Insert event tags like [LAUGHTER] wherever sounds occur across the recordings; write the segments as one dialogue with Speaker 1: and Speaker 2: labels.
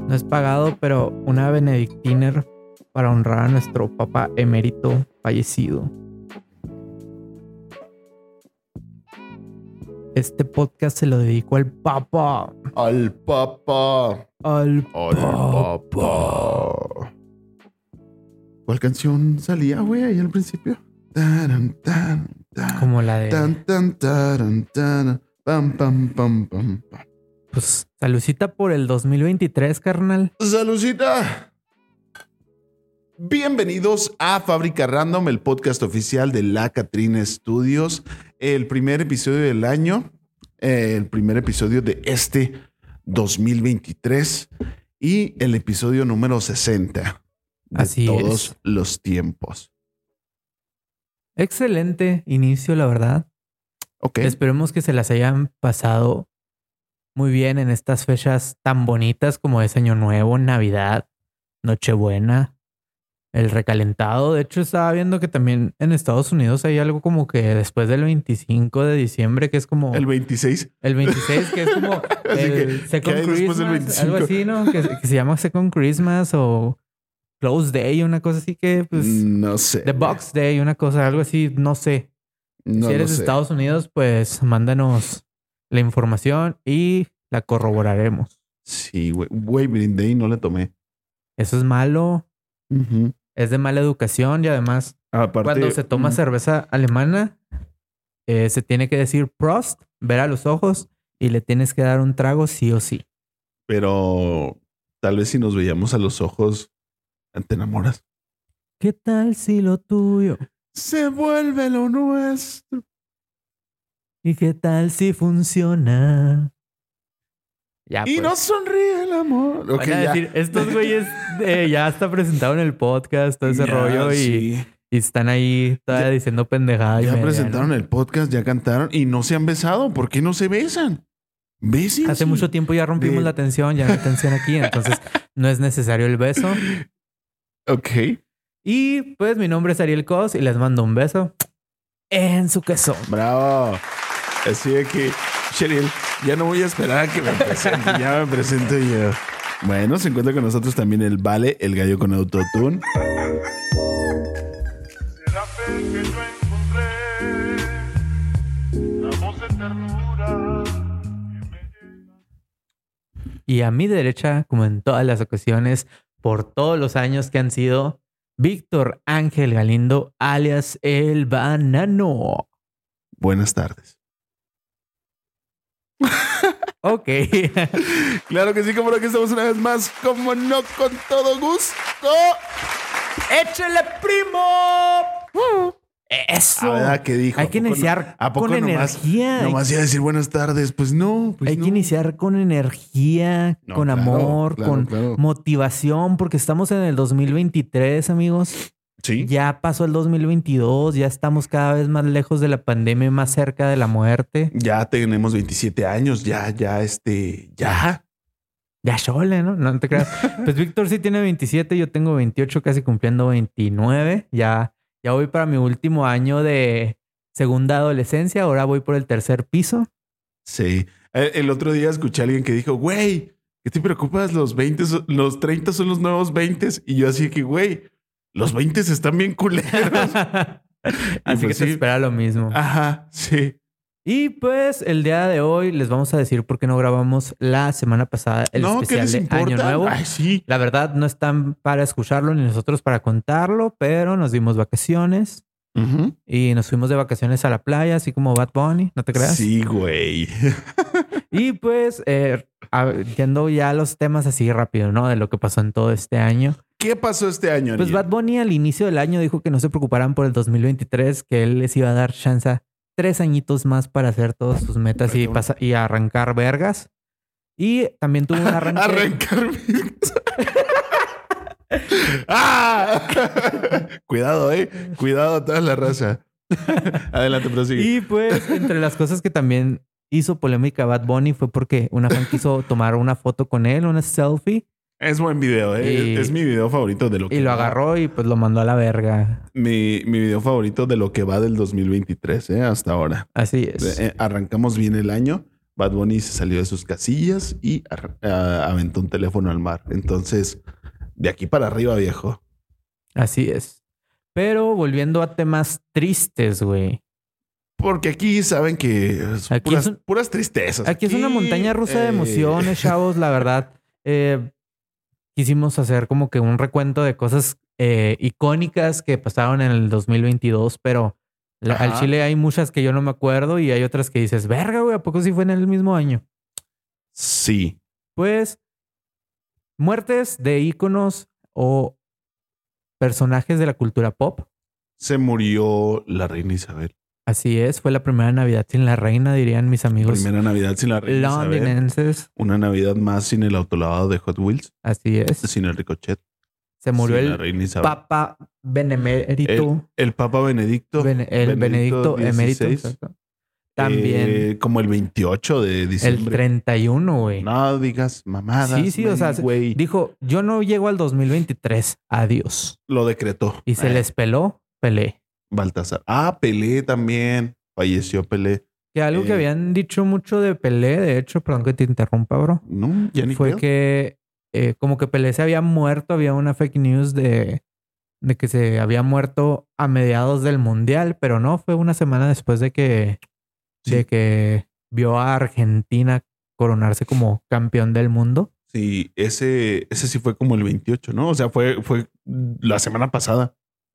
Speaker 1: No es pagado, pero una benedictiner para honrar a nuestro papá emérito fallecido. Este podcast se lo dedico al Papa.
Speaker 2: Al papá.
Speaker 1: Al
Speaker 2: Al papá. ¿Cuál canción salía, güey, ahí al principio? Taran, tan, tan.
Speaker 1: como la de.
Speaker 2: Tan, tan, taran, taran. Pam, pam, pam, pam. pam.
Speaker 1: Pues salucita por el 2023, carnal.
Speaker 2: Salucita. Bienvenidos a Fábrica Random, el podcast oficial de La Catrina Studios. El primer episodio del año, eh, el primer episodio de este 2023 y el episodio número 60 de
Speaker 1: Así
Speaker 2: todos
Speaker 1: es.
Speaker 2: los tiempos.
Speaker 1: Excelente inicio, la verdad.
Speaker 2: Ok.
Speaker 1: Esperemos que se las hayan pasado muy bien en estas fechas tan bonitas como es Año Nuevo, Navidad, Nochebuena, el recalentado. De hecho, estaba viendo que también en Estados Unidos hay algo como que después del 25 de diciembre, que es como
Speaker 2: el
Speaker 1: el,
Speaker 2: 26.
Speaker 1: 26, que es
Speaker 2: [LAUGHS]
Speaker 1: como el
Speaker 2: que, ¿qué
Speaker 1: Second
Speaker 2: hay después del
Speaker 1: Christmas, algo
Speaker 2: 25?
Speaker 1: así, ¿no? Que, que se llama Second Christmas o Close Day, una cosa así que, pues,
Speaker 2: no sé.
Speaker 1: The Box Day, una cosa, algo así, no sé
Speaker 2: No
Speaker 1: si
Speaker 2: lo
Speaker 1: eres de
Speaker 2: sé.
Speaker 1: Estados Unidos, pues mándanos la información y la corroboraremos.
Speaker 2: Sí, güey. Güey, Green Day no le tomé.
Speaker 1: Eso es malo,
Speaker 2: Ujú.
Speaker 1: es de mala educación y además
Speaker 2: Aparte,
Speaker 1: cuando se toma
Speaker 2: mm,
Speaker 1: cerveza alemana eh, se tiene que decir Prost, ver a los ojos y le tienes que dar un trago sí o sí.
Speaker 2: Pero tal vez si nos veíamos a los ojos, te enamoras.
Speaker 1: ¿Qué tal si lo tuyo?
Speaker 2: Se vuelve lo nuestro.
Speaker 1: ¿Y qué tal si funciona? Ya,
Speaker 2: Y
Speaker 1: pues.
Speaker 2: nos sonríe el amor. Ok,
Speaker 1: Van a
Speaker 2: ya.
Speaker 1: decir, estos güeyes eh, ya está presentado en el podcast, todo ese
Speaker 2: [LAUGHS] Ya,
Speaker 1: rollo y...
Speaker 2: sí.
Speaker 1: Y están ahí todavía
Speaker 2: Ya-
Speaker 1: diciendo pendejadas. y
Speaker 2: Ya
Speaker 1: media,
Speaker 2: presentaron
Speaker 1: ¿no?
Speaker 2: el podcast, ya cantaron y no se han besado. ¿Por qué no se besan? Bésense.
Speaker 1: Hace mucho tiempo ya rompimos
Speaker 2: De-
Speaker 1: la tensión, ya no hay tensión aquí, entonces no es necesario el beso.
Speaker 2: Ok.
Speaker 1: Y pues mi nombre es Ariel Cos y les mando un beso en su queso.
Speaker 2: Bravo. Así de que, Cheryl, ya no voy a esperar a que
Speaker 1: [LAUGHS]
Speaker 2: me presente. Ya me presento yo. Bueno, se encuentra con nosotros también el Vale, el gallo con autotune.
Speaker 3: La fe que yo encontré, la voz de ternura que me llena.
Speaker 1: Y a mi derecha, como en todas las ocasiones, por todos los años que han sido, Víctor Ángel Galindo, alias El Banano.
Speaker 2: Buenas tardes.
Speaker 1: Ok. [LAUGHS]
Speaker 2: Claro que sí, como lo que estamos una vez más, como no, con todo gusto.
Speaker 1: ¡Échale, primo! Eso.
Speaker 2: Ah, ¿qué dijo?
Speaker 1: Hay que
Speaker 2: ¿A poco no-
Speaker 1: iniciar
Speaker 2: ¿A poco
Speaker 1: con
Speaker 2: nomás-
Speaker 1: energía. Hay
Speaker 2: Nomás iba a decir buenas tardes. Pues no, pues
Speaker 1: Hay
Speaker 2: no.
Speaker 1: que iniciar con energía,
Speaker 2: No,
Speaker 1: con
Speaker 2: claro,
Speaker 1: amor,
Speaker 2: claro,
Speaker 1: con
Speaker 2: claro.
Speaker 1: motivación, porque estamos en el 2023, amigos.
Speaker 2: Sí.
Speaker 1: Ya pasó el 2022, ya estamos cada vez más lejos de la pandemia, y más cerca de la muerte.
Speaker 2: Ya tenemos 27 años, ya, ya, este, ya.
Speaker 1: Ya chole, ¿no? No te
Speaker 2: [LAUGHS]
Speaker 1: creas. Pues Víctor sí tiene 27, yo tengo 28, casi cumpliendo 29. Ya, ya voy para mi último año de segunda adolescencia, ahora voy por el tercer
Speaker 2: [LAUGHS]
Speaker 1: piso. [LAUGHS]
Speaker 2: Sí. Eh, El otro día escuché a alguien que dijo, güey, ¿qué te preocupas? Los 20, son- los 30 son los nuevos 20. Y yo así que, güey, los 20 están bien culeros.
Speaker 1: [LAUGHS] Así que
Speaker 2: pues
Speaker 1: se
Speaker 2: sí.
Speaker 1: espera lo mismo.
Speaker 2: Ajá, sí.
Speaker 1: Y pues el día de hoy les vamos a decir por qué no grabamos la semana pasada el
Speaker 2: no, ¿qué
Speaker 1: especial
Speaker 2: les
Speaker 1: de Año
Speaker 2: importa?
Speaker 1: Nuevo.
Speaker 2: Ay, sí.
Speaker 1: La verdad no están para escucharlo ni nosotros para contarlo, pero nos dimos vacaciones
Speaker 2: Ujú.
Speaker 1: y nos fuimos de vacaciones a la playa, así como Bad Bunny, ¿no te creas?
Speaker 2: Sí, güey. [LAUGHS]
Speaker 1: Y pues eh, a- yendo ya a los temas así rápido, ¿no? De lo que pasó en todo este año.
Speaker 2: ¿Qué pasó este año?
Speaker 1: Pues
Speaker 2: Ariel?
Speaker 1: Bad Bunny al inicio del año dijo que no se preocuparan por el 2023, que él les iba a dar chance a tres añitos más para hacer todas sus metas
Speaker 2: Ay,
Speaker 1: y,
Speaker 2: qué bueno.
Speaker 1: pasa- y arrancar vergas. Y también [LAUGHS] tuvo un arranque.
Speaker 2: Arrancar mi- [LAUGHS] ¡Ah! [LAUGHS] Cuidado, eh. Cuidado a toda la raza. [LAUGHS] Adelante, prosigue.
Speaker 1: y pues, entre las cosas que también hizo polémica Bad Bunny fue porque una fan quiso tomar una foto con él, una selfie,
Speaker 2: Es buen video, ¿eh?
Speaker 1: Y-
Speaker 2: es mi video favorito de lo que
Speaker 1: y lo
Speaker 2: va.
Speaker 1: agarró y pues lo mandó a la verga.
Speaker 2: Mi, mi video favorito de lo que va del 2023, ¿eh? Hasta ahora.
Speaker 1: Así es.
Speaker 2: Eh, arrancamos bien el año. Bad Bunny se salió de sus casillas y ar- a- aventó un teléfono al mar. Entonces, de aquí para arriba, viejo.
Speaker 1: Así es. Pero volviendo a temas tristes, güey.
Speaker 2: Porque aquí saben que es
Speaker 1: Aquí
Speaker 2: puras,
Speaker 1: es un-
Speaker 2: puras tristezas.
Speaker 1: Aquí es una montaña rusa de
Speaker 2: eh,
Speaker 1: emociones, chavos, la verdad. Eh, quisimos hacer como que un recuento de cosas eh, icónicas que pasaron en el 2022, pero la- al
Speaker 2: Ajá.
Speaker 1: Chile hay muchas que yo no me acuerdo y hay otras que dices, verga, güey, ¿a poco sí fue en el mismo año?
Speaker 2: Sí.
Speaker 1: Pues, muertes de íconos o personajes de la cultura pop.
Speaker 2: Se murió la reina Isabel.
Speaker 1: Así es, fue la primera Navidad sin la reina, dirían mis amigos
Speaker 2: Primera Navidad sin la reina Isabel.
Speaker 1: londinenses.
Speaker 2: Una Navidad más sin el autolavado de Hot Wheels,
Speaker 1: Así es.
Speaker 2: sin el ricochet.
Speaker 1: Pues, Se murió
Speaker 2: sin la
Speaker 1: el
Speaker 2: reina Isabel.
Speaker 1: Papa Benemérito.
Speaker 2: El Papa Benedicto.
Speaker 1: Bene- El,
Speaker 2: Benedicto
Speaker 1: Benedicto Emérito.
Speaker 2: 16.
Speaker 1: exacto. También
Speaker 2: eh, como el 28 de
Speaker 1: el
Speaker 2: diciembre.
Speaker 1: 31, güey.
Speaker 2: No digas mamadas.
Speaker 1: Sí, sí, o sea, se-
Speaker 2: güey.
Speaker 1: Dijo, yo no llego al 2023. Adiós.
Speaker 2: Lo decretó.
Speaker 1: Y se
Speaker 2: Eh,
Speaker 1: les peló, pelé.
Speaker 2: Baltasar. Ah, Pelé también. Falleció Pelé.
Speaker 1: Que algo que
Speaker 2: Eh.
Speaker 1: habían dicho mucho de Pelé, de hecho, perdón que te interrumpa, bro.
Speaker 2: No, ya ni
Speaker 1: fue
Speaker 2: pedo.
Speaker 1: que eh, como que Pelé se había muerto, había una fake news de, de que se había muerto a mediados del mundial, pero no, fue una semana después de que,
Speaker 2: Sí.
Speaker 1: de que vio a Argentina coronarse como campeón del mundo.
Speaker 2: Sí, ese, ese sí fue como el 28, ¿no? O sea, fue, fue la semana pasada.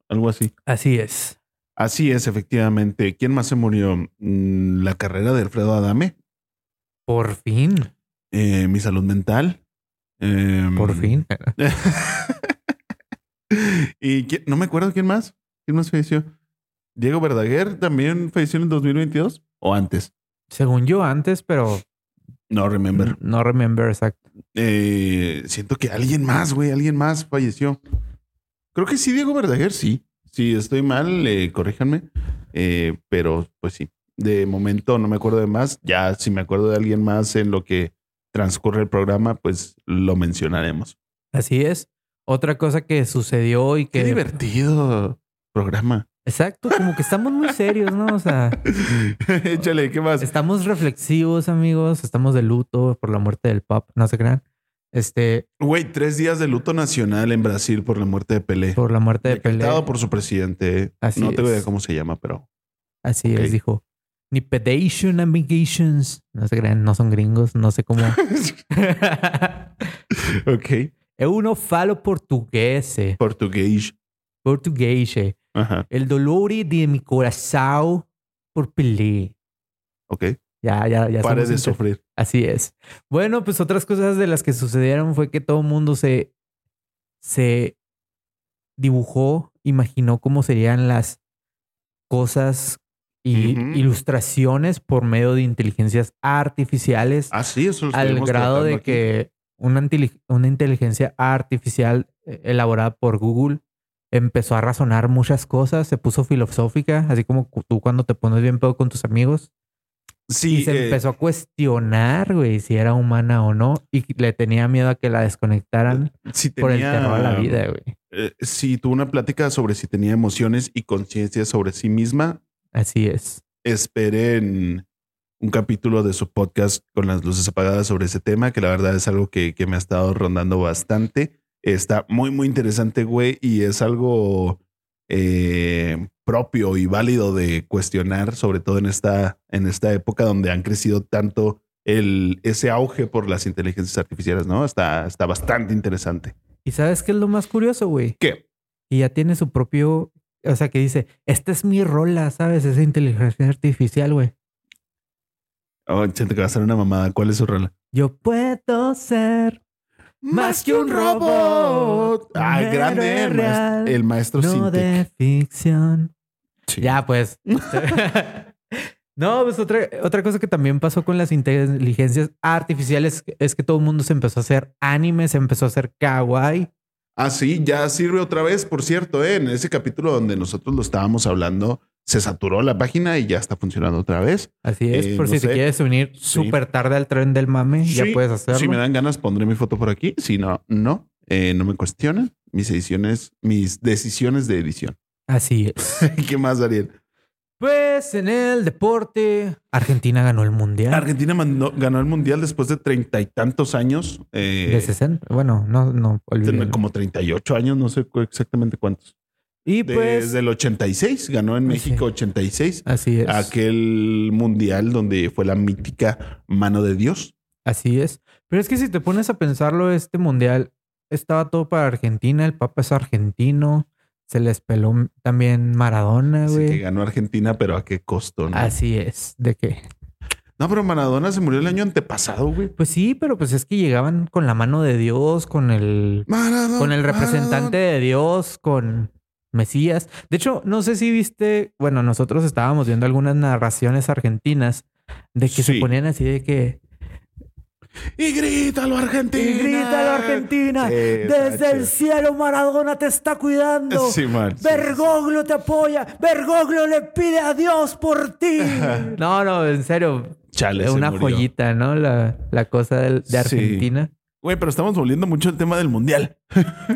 Speaker 2: Algo así.
Speaker 1: Así es.
Speaker 2: Así es, efectivamente. ¿Quién más se murió? Mm, La carrera de Alfredo Adame.
Speaker 1: Por fin,
Speaker 2: eh, mi salud mental. em,
Speaker 1: por fin.
Speaker 2: [LAUGHS] y quién- no me acuerdo quién más. ¿Quién más falleció? Diego Verdaguer también falleció en el 2022 o antes.
Speaker 1: Según yo antes, pero
Speaker 2: No remember.
Speaker 1: no remember exacto.
Speaker 2: Eh, siento que alguien más, güey, alguien más falleció. Creo que sí, Diego Verdaguer, sí. Si estoy mal, eh, corríjanme. Eh, pero pues sí, de momento no me acuerdo de más. Ya si me acuerdo de alguien más en lo que transcurre el programa, pues lo mencionaremos.
Speaker 1: Así es. Otra cosa que sucedió y
Speaker 2: Qué,
Speaker 1: que...
Speaker 2: divertido programa. [LAUGHS]
Speaker 1: Exacto, como que estamos muy serios, ¿no? O sea...
Speaker 2: Échale, ¿qué
Speaker 1: [LAUGHS]
Speaker 2: más?
Speaker 1: Estamos reflexivos, amigos. Estamos de luto por la muerte del pop. No se crean. Este,
Speaker 2: Güey, tres días de luto nacional en Brasil por la muerte de Pelé.
Speaker 1: por la muerte de Pelé.
Speaker 2: Decretado por su presidente.
Speaker 1: Así
Speaker 2: no tengo
Speaker 1: es.
Speaker 2: idea cómo se llama, pero [LAUGHS]
Speaker 1: Así
Speaker 2: Ok.
Speaker 1: es, dijo. Ni pedation ambigations. No se crean, no son gringos. No sé cómo. [LAUGHS]
Speaker 2: ok.
Speaker 1: es uno falo portuguese.
Speaker 2: Portugués.
Speaker 1: Portuguese.
Speaker 2: Ajá.
Speaker 1: El dolor de mi corazón por Pelé.
Speaker 2: Ok.
Speaker 1: Ya, ya, ya.
Speaker 2: Pare
Speaker 1: somos
Speaker 2: de
Speaker 1: inter-
Speaker 2: sufrir.
Speaker 1: Así es. Bueno, pues otras cosas de las que sucedieron fue que todo el mundo se, se dibujó, imaginó cómo serían las cosas y
Speaker 2: Ujú.
Speaker 1: ilustraciones por medio de inteligencias artificiales
Speaker 2: Ah, sí, eso lo
Speaker 1: al
Speaker 2: estuvimos
Speaker 1: grado de
Speaker 2: tratando aquí.
Speaker 1: que una, inteli- una inteligencia artificial eh, elaborada por Google empezó a razonar muchas cosas, se puso filosófica, así como cu- tú cuando te pones bien pedo con tus amigos.
Speaker 2: Sí,
Speaker 1: Y se
Speaker 2: eh,
Speaker 1: empezó a cuestionar, güey, si era humana o no. Y le tenía miedo a que la desconectaran
Speaker 2: sí tenía,
Speaker 1: por el terror a la vida, güey.
Speaker 2: eh, sí, tuvo una plática sobre si tenía emociones y conciencia sobre sí misma.
Speaker 1: Así es.
Speaker 2: Esperen un capítulo de su podcast con las luces apagadas sobre ese tema, que la verdad es algo que, que me ha estado rondando bastante. Está muy, muy interesante, güey, y es algo eh, propio y válido de cuestionar, sobre todo en esta, en esta época donde han crecido tanto el, ese auge por las inteligencias artificiales, ¿no? Está, está bastante interesante.
Speaker 1: ¿Y sabes qué es lo más curioso, güey?
Speaker 2: ¿Qué?
Speaker 1: Y ya tiene su propio... O sea, que dice, esta es mi rola, ¿sabes? Esa inteligencia artificial, güey.
Speaker 2: Oh, siento que va a ser una mamada. ¿Cuál es su rola?
Speaker 1: Yo puedo ser... Más que un robot,
Speaker 2: Ah,
Speaker 1: un
Speaker 2: grande.
Speaker 1: héroe
Speaker 2: El, maest-
Speaker 1: real,
Speaker 2: el maestro
Speaker 1: No
Speaker 2: Sintec.
Speaker 1: de ficción.
Speaker 2: Sí.
Speaker 1: Ya,
Speaker 2: [LAUGHS]
Speaker 1: pues. no, pues otra, otra cosa que también pasó con las inteligencias artificiales es que todo el mundo se empezó a hacer anime, se empezó a hacer kawaii.
Speaker 2: Ah, sí, ya sirve otra vez, por cierto, ¿eh? en ese capítulo donde nosotros lo estábamos hablando, se saturó la página y ya está funcionando otra vez.
Speaker 1: Así es,
Speaker 2: Eh,
Speaker 1: por
Speaker 2: no
Speaker 1: si
Speaker 2: sé.
Speaker 1: te quieres unir
Speaker 2: Sí.
Speaker 1: súper tarde al tren del mame, ya
Speaker 2: Sí,
Speaker 1: puedes hacerlo.
Speaker 2: Si me dan ganas, pondré mi foto por aquí. Si no, no, Eh, no me cuestionen mis ediciones, mis decisiones de edición. [LAUGHS]
Speaker 1: Así es.
Speaker 2: ¿Qué más, Dariel?
Speaker 1: Pues en el deporte, Argentina ganó el mundial.
Speaker 2: Argentina mandó- ganó el mundial después de treinta y tantos años. eh,
Speaker 1: de 60. Bueno, no, no olvidé.
Speaker 2: como 38 años, no sé cu- exactamente cuántos.
Speaker 1: Y
Speaker 2: De-
Speaker 1: pues,
Speaker 2: Desde el 86, ganó en
Speaker 1: Sí.
Speaker 2: México 86,
Speaker 1: así es.
Speaker 2: aquel mundial donde fue la mítica mano de Dios.
Speaker 1: Así es. Pero es que si te pones a pensarlo, este mundial estaba todo para Argentina. El Papa es argentino. Se les peló m- también Maradona,
Speaker 2: Así que
Speaker 1: Ah, güey.
Speaker 2: ganó Argentina, pero a qué costo, ¿no?
Speaker 1: Así es. ¿De qué?
Speaker 2: No, pero Maradona se murió el año antepasado, güey.
Speaker 1: Pues sí, pero pues es que llegaban con la mano de Dios, con el
Speaker 2: Maradona.
Speaker 1: con el representante
Speaker 2: Maradona.
Speaker 1: de Dios, con Mesías. De hecho, no sé si viste, bueno, nosotros estábamos viendo algunas narraciones argentinas de que se
Speaker 2: Sí.
Speaker 1: ponían así de que
Speaker 2: Y grítalo, Argentina.
Speaker 1: "Y grítalo Argentina,
Speaker 2: Sí, está
Speaker 1: desde el
Speaker 2: chido.
Speaker 1: cielo Maradona te está cuidando.
Speaker 2: Sí, man. sí.
Speaker 1: Bergoglio te apoya, Bergoglio le pide a Dios por ti. [LAUGHS] No, no, en serio,
Speaker 2: Chale,
Speaker 1: es
Speaker 2: se
Speaker 1: una
Speaker 2: murió.
Speaker 1: joyita, ¿no? La, la cosa del-
Speaker 2: Sí.
Speaker 1: de Argentina.
Speaker 2: Güey, pero estamos volviendo mucho al tema del mundial.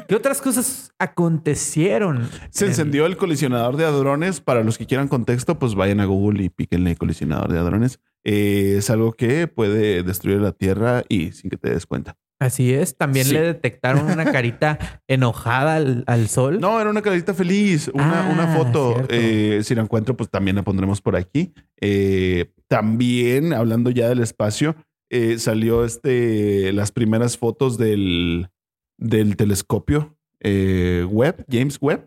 Speaker 1: ¿Qué otras cosas acontecieron?
Speaker 2: Se
Speaker 1: en-
Speaker 2: encendió el colisionador de hadrones. Para los que quieran contexto, pues vayan a Google y píquenle colisionador de hadrones. Eh, es algo que puede destruir la Tierra y sin que te des cuenta.
Speaker 1: Así es, también
Speaker 2: Sí.
Speaker 1: le detectaron una
Speaker 2: [LAUGHS]
Speaker 1: carita enojada al, al sol.
Speaker 2: No, era una carita feliz, una,
Speaker 1: Ah,
Speaker 2: una foto.
Speaker 1: cierto.
Speaker 2: Eh, si la encuentro, pues también la pondremos por aquí. Eh, también, hablando ya del espacio, eh, salió este las primeras fotos del, del telescopio eh, Webb, James Webb,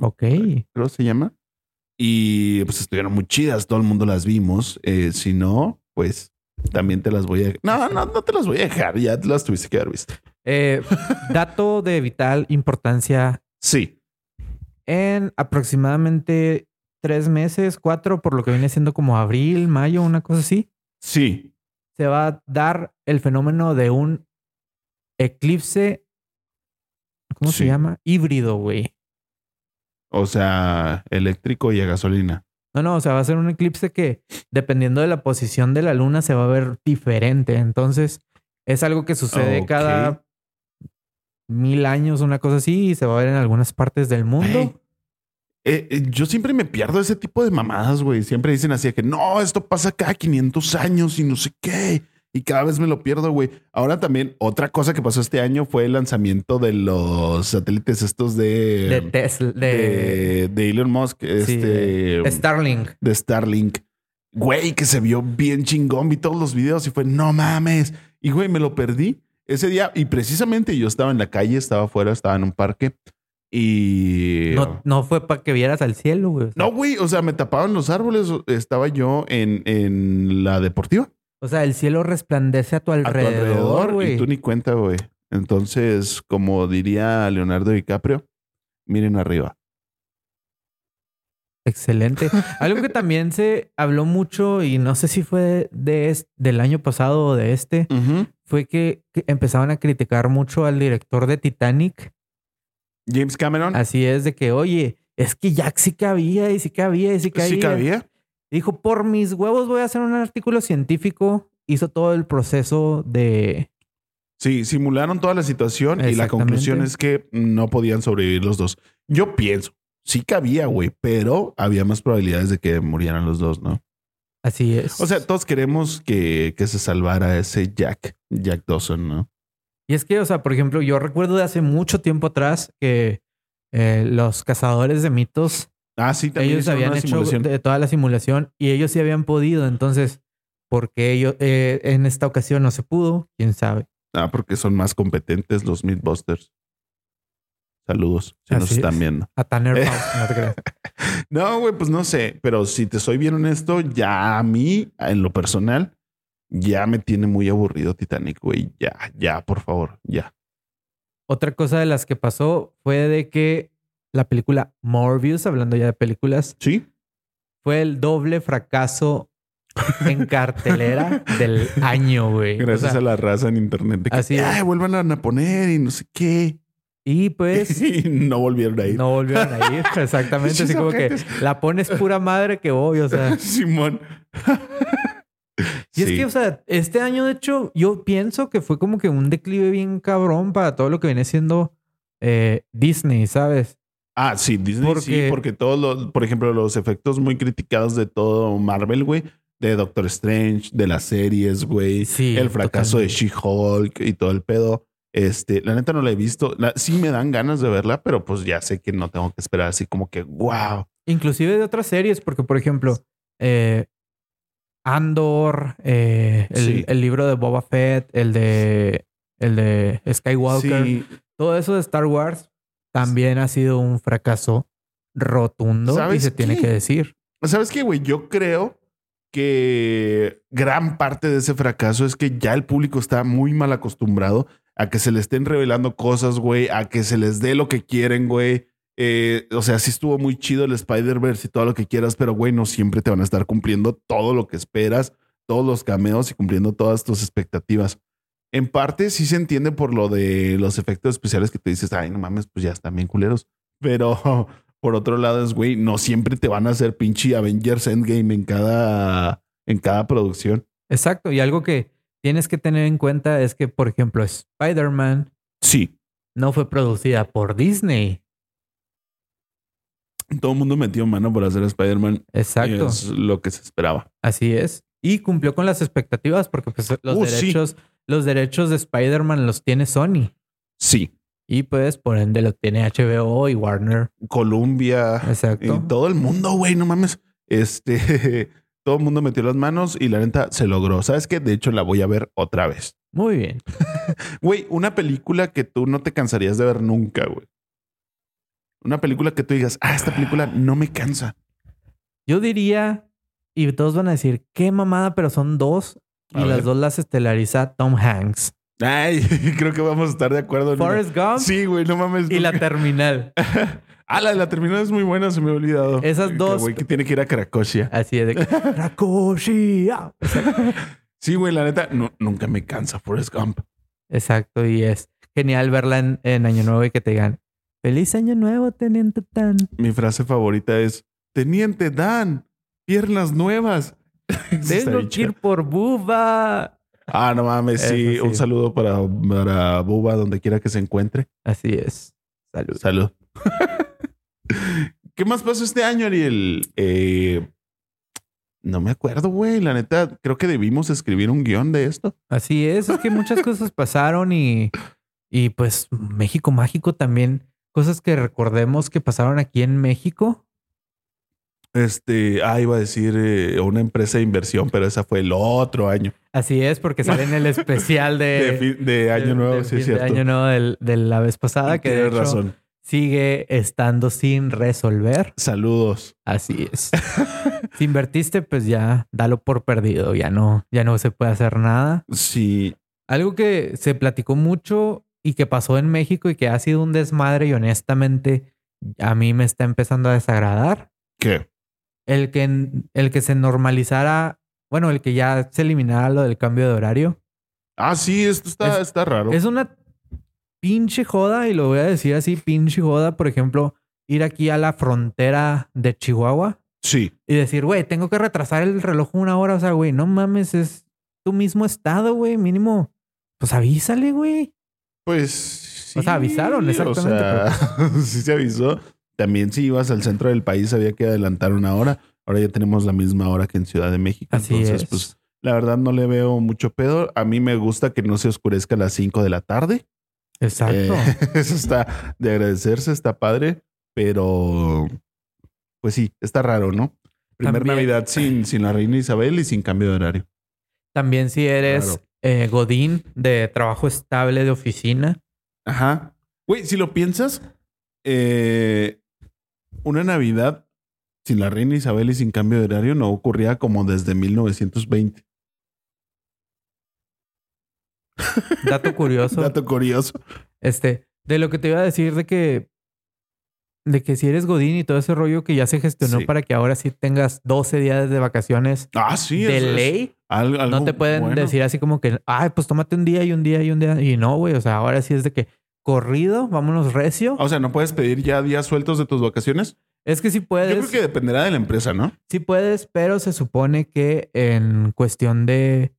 Speaker 1: Ok.
Speaker 2: creo que se llama. Y pues estuvieron muy chidas, todo el mundo las vimos. Eh, si no, pues también te las voy a... No, no, no te las voy a dejar, ya las tuviste que haber visto.
Speaker 1: Eh, dato de vital importancia.
Speaker 2: Sí,
Speaker 1: En aproximadamente tres meses, cuatro, por lo que viene siendo como abril, mayo, una cosa así,
Speaker 2: sí,
Speaker 1: se va a dar el fenómeno de un eclipse. ¿Cómo
Speaker 2: Sí.
Speaker 1: se llama? Híbrido, güey.
Speaker 2: O sea, eléctrico y a gasolina.
Speaker 1: No, no, o sea, va a ser un eclipse que, dependiendo de la posición de la luna, se va a ver diferente. Entonces, es algo que sucede
Speaker 2: Ok.
Speaker 1: cada mil años, una cosa así, y se va a ver en algunas partes del mundo.
Speaker 2: Güey, eh, eh, yo siempre me pierdo ese tipo de mamadas, güey. Siempre dicen así de que no, esto pasa cada 500 años y no sé qué. Y cada vez me lo pierdo, güey. Ahora también, otra cosa que pasó este año fue el lanzamiento de los satélites estos de...
Speaker 1: de Tesla, de,
Speaker 2: de- de Elon Musk, este...
Speaker 1: Starlink.
Speaker 2: de Starlink. Güey, que se vio bien chingón, vi todos los videos y fue, no mames. Y güey, me lo perdí ese día. Y precisamente yo estaba en la calle, estaba afuera, estaba en un parque. Y...
Speaker 1: No, no fue para que vieras al cielo, güey. O sea,
Speaker 2: No, güey, o sea, me tapaban los árboles. Estaba yo en, en la deportiva.
Speaker 1: O sea, el cielo resplandece a tu
Speaker 2: a tu
Speaker 1: alrededor,
Speaker 2: Y
Speaker 1: güey.
Speaker 2: tú ni cuenta, güey. Entonces, como diría Leonardo DiCaprio, miren arriba.
Speaker 1: Excelente. Algo que también se habló mucho y no sé si fue de es- del año pasado o de este, fue que, que empezaban a criticar mucho al director de Titanic.
Speaker 2: James Cameron.
Speaker 1: Así es de que, oye, es que Jack sí cabía y sí cabía y sí cabía.
Speaker 2: Sí cabía.
Speaker 1: Dijo, por mis huevos voy a hacer un artículo científico. Hizo todo el proceso de...
Speaker 2: Sí, simularon toda la situación y la
Speaker 1: Exactamente.
Speaker 2: conclusión es que no podían sobrevivir los dos. Yo pienso, sí cabía, güey, pero había más probabilidades de que murieran los dos, ¿no?
Speaker 1: Así es.
Speaker 2: O sea, todos queremos que, que se salvara ese Jack, Jack Dawson, ¿no?
Speaker 1: y es que, o sea, por ejemplo, yo recuerdo de hace mucho tiempo atrás que eh, los cazadores de mitos
Speaker 2: Ah, sí, también
Speaker 1: ellos
Speaker 2: hicieron
Speaker 1: habían
Speaker 2: una
Speaker 1: hecho
Speaker 2: simulación.
Speaker 1: de toda la simulación y ellos sí habían podido. Entonces, ¿por qué ellos, eh, en esta ocasión no se pudo? ¿Quién sabe?
Speaker 2: Ah, porque son más competentes los Mythbusters. Saludos, si nos
Speaker 1: Así
Speaker 2: están
Speaker 1: es.
Speaker 2: viendo.
Speaker 1: A Tanner
Speaker 2: Eh.
Speaker 1: Faust, no te creas. [LAUGHS]
Speaker 2: No, güey, pues no sé, pero si te soy bien honesto, ya a mí, en lo personal, ya me tiene muy aburrido Titanic, güey. Ya, ya, por favor, ya.
Speaker 1: Otra cosa de las que pasó fue de que la película Morbius, hablando ya de películas,
Speaker 2: Sí,
Speaker 1: fue el doble fracaso
Speaker 2: [LAUGHS]
Speaker 1: en cartelera del año, güey. O
Speaker 2: gracias
Speaker 1: sea,
Speaker 2: a la raza en internet. de que,
Speaker 1: así es.
Speaker 2: "Ay, vuelvan a poner y no sé qué.
Speaker 1: Y pues
Speaker 2: [LAUGHS] y no volvieron a ir.
Speaker 1: no volvieron a ir,
Speaker 2: [LAUGHS]
Speaker 1: exactamente. así
Speaker 2: Pinches
Speaker 1: como que
Speaker 2: ojetes.
Speaker 1: la pones pura madre que voy, o sea.
Speaker 2: [LAUGHS] Simón.
Speaker 1: Y es
Speaker 2: Sí.
Speaker 1: que, o sea, este año, de hecho, yo pienso que fue como que un declive bien cabrón para todo lo que viene siendo eh, Disney, ¿sabes?
Speaker 2: Ah, sí, Disney sí,
Speaker 1: Porque-
Speaker 2: porque todos los, por ejemplo, los efectos muy criticados de todo Marvel, güey, de Doctor Strange, de las series, güey,
Speaker 1: Sí,
Speaker 2: el fracaso
Speaker 1: totalmente.
Speaker 2: de She-Hulk y todo el pedo. Este, la neta no la he visto. La- sí me dan ganas de verla, pero pues ya sé que no tengo que esperar así como que, wow.
Speaker 1: Inclusive de otras series, porque por ejemplo, eh, Andor, eh, el,
Speaker 2: Sí.
Speaker 1: el libro de Boba Fett, el de, el de Skywalker,
Speaker 2: Sí,
Speaker 1: todo eso de Star Wars también ha sido un fracaso rotundo y
Speaker 2: ¿Sabes
Speaker 1: se tiene
Speaker 2: qué?
Speaker 1: que decir.
Speaker 2: ¿Sabes qué, güey? Yo creo que gran parte de ese fracaso es que ya el público está muy mal acostumbrado a que se le estén revelando cosas, güey, a que se les dé lo que quieren, güey. Eh, o sea, sí estuvo muy chido el Spider-Verse y todo lo que quieras, pero, güey, no siempre te van a estar cumpliendo todo lo que esperas, todos los cameos y cumpliendo todas tus expectativas. En parte sí se entiende por lo de los efectos especiales que te dices, ay, no mames, pues ya están bien culeros. Pero por otro lado es, güey, no siempre te van a hacer pinche Avengers Endgame en cada, en cada producción.
Speaker 1: Exacto. Y algo que tienes que tener en cuenta es que, por ejemplo, Spider-Man
Speaker 2: Sí.
Speaker 1: no fue producida por Disney.
Speaker 2: Todo el mundo metió mano para hacer Spider-Man.
Speaker 1: Exacto.
Speaker 2: Es lo que se esperaba.
Speaker 1: Así es. Y cumplió con las expectativas porque pues, los,
Speaker 2: Uh, sí.
Speaker 1: derechos, los derechos de Spider-Man los tiene Sony.
Speaker 2: Sí.
Speaker 1: Y pues por ende lo tiene HBO y Warner.
Speaker 2: Colombia.
Speaker 1: Exacto.
Speaker 2: Y todo el mundo, güey, no mames. Este, [LAUGHS] todo el mundo metió las manos y la neta se logró. ¿Sabes qué? De hecho, la voy a ver otra vez.
Speaker 1: Muy bien.
Speaker 2: Güey, una película que tú no te cansarías de ver nunca, güey. Una película que tú digas, ah, esta película no me cansa.
Speaker 1: Yo diría, y todos van a decir, qué mamada, pero son dos. Y
Speaker 2: A
Speaker 1: las
Speaker 2: ver.
Speaker 1: dos las estelariza Tom Hanks.
Speaker 2: Ay, [LAUGHS] creo que vamos a estar de acuerdo. en una-
Speaker 1: Forrest Gump
Speaker 2: Sí, güey, no mames.
Speaker 1: y la
Speaker 2: nunca- [LAUGHS]
Speaker 1: terminal.
Speaker 2: Ah, la de la terminal es muy buena, se me ha olvidado.
Speaker 1: Esas
Speaker 2: Que,
Speaker 1: dos-
Speaker 2: Güey, que tiene que ir a Cracosia.
Speaker 1: Así es de
Speaker 2: [LAUGHS]
Speaker 1: que. "Rakoshi, ah".
Speaker 2: Sí, güey, la neta, no, nunca me cansa Forrest Gump.
Speaker 1: Exacto, y es genial verla en, en Año Nuevo y que te digan, feliz Año Nuevo, Teniente Tan.
Speaker 2: Mi frase favorita es, Teniente Dan,
Speaker 1: [LAUGHS]
Speaker 2: piernas nuevas. Eso está
Speaker 1: Tengo
Speaker 2: bien
Speaker 1: que
Speaker 2: chido.
Speaker 1: ir por Buba.
Speaker 2: Ah, no mames, sí.
Speaker 1: Eso sí.
Speaker 2: Un saludo para, para Buba, donde quiera que se encuentre.
Speaker 1: Así es. Salud.
Speaker 2: Salud. [LAUGHS] ¿Qué más pasó este año, Ariel? Eh, no me acuerdo, güey. La neta, creo que debimos escribir un guión de esto.
Speaker 1: Así es, es que muchas cosas pasaron y, y pues México Mágico también. Cosas que recordemos que pasaron aquí en México.
Speaker 2: Este, ah, iba a decir eh, una empresa de inversión, pero esa fue el otro año.
Speaker 1: Así es, porque sale
Speaker 2: [LAUGHS]
Speaker 1: en el especial de,
Speaker 2: de, fin- de año
Speaker 1: Eh, de-
Speaker 2: nuevo,
Speaker 1: de
Speaker 2: sí es
Speaker 1: fin de
Speaker 2: cierto.
Speaker 1: año nuevo del- de la vez pasada, que de
Speaker 2: Tienes
Speaker 1: hecho
Speaker 2: razón.
Speaker 1: sigue estando sin resolver.
Speaker 2: Saludos.
Speaker 1: Así es. si invertiste, pues ya dalo por perdido. Ya no, ya no se puede hacer nada.
Speaker 2: Sí,
Speaker 1: Algo que se platicó mucho y que pasó en México y que ha sido un desmadre y honestamente a mí me está empezando a desagradar.
Speaker 2: ¿qué?
Speaker 1: El que, en- el que se normalizara, bueno, el que ya se eliminara lo del cambio de horario.
Speaker 2: Ah, sí, esto está,
Speaker 1: Es-
Speaker 2: está raro.
Speaker 1: Es una pinche joda y lo voy a decir así, pinche joda, por ejemplo, ir aquí a la frontera de Chihuahua
Speaker 2: sí,
Speaker 1: y decir, güey, tengo que retrasar el reloj una hora. O sea, güey, no mames, es tu mismo estado, güey, mínimo. Pues avísale, güey.
Speaker 2: pues. Sí,
Speaker 1: O sea, avisaron, exactamente,
Speaker 2: o sea, [LAUGHS] sí se avisó. También si ibas al centro del país había que adelantar una hora. Ahora ya tenemos la misma hora que en Ciudad de México.
Speaker 1: Así
Speaker 2: entonces,
Speaker 1: es.
Speaker 2: pues, la verdad no le veo mucho pedo. A mí me gusta que no se oscurezca a las 5 de la tarde.
Speaker 1: Exacto.
Speaker 2: Eh, [LAUGHS] eso está de agradecerse, está padre, pero pues sí, está raro, ¿no? Primer
Speaker 1: También-
Speaker 2: Navidad sin, sin la reina Isabel y sin cambio de horario.
Speaker 1: También si eres
Speaker 2: Claro.
Speaker 1: eh, Godín de trabajo estable de oficina.
Speaker 2: Ajá. Güey, si lo piensas, eh, una Navidad sin la reina Isabel y sin cambio de horario no ocurría como desde 1920. [LAUGHS]
Speaker 1: Dato curioso.
Speaker 2: [LAUGHS] Dato curioso.
Speaker 1: Este, de lo que te iba a decir de que de que si eres Godín y todo ese rollo que ya se gestionó
Speaker 2: Sí.
Speaker 1: para que ahora sí tengas 12 días de vacaciones
Speaker 2: Ah, sí.
Speaker 1: de
Speaker 2: eso es
Speaker 1: ley,
Speaker 2: al-
Speaker 1: no
Speaker 2: algo
Speaker 1: te pueden
Speaker 2: bueno.
Speaker 1: decir así como que, ay, pues tómate un día y un día y un día. Y no, güey, o sea, ahora sí es de que corrido, vámonos recio.
Speaker 2: O sea, no puedes pedir ya días sueltos de tus vacaciones.
Speaker 1: Es que sí
Speaker 2: Yo
Speaker 1: puedes,
Speaker 2: creo que dependerá de la empresa, ¿no?
Speaker 1: sí puedes, pero se supone que en cuestión de,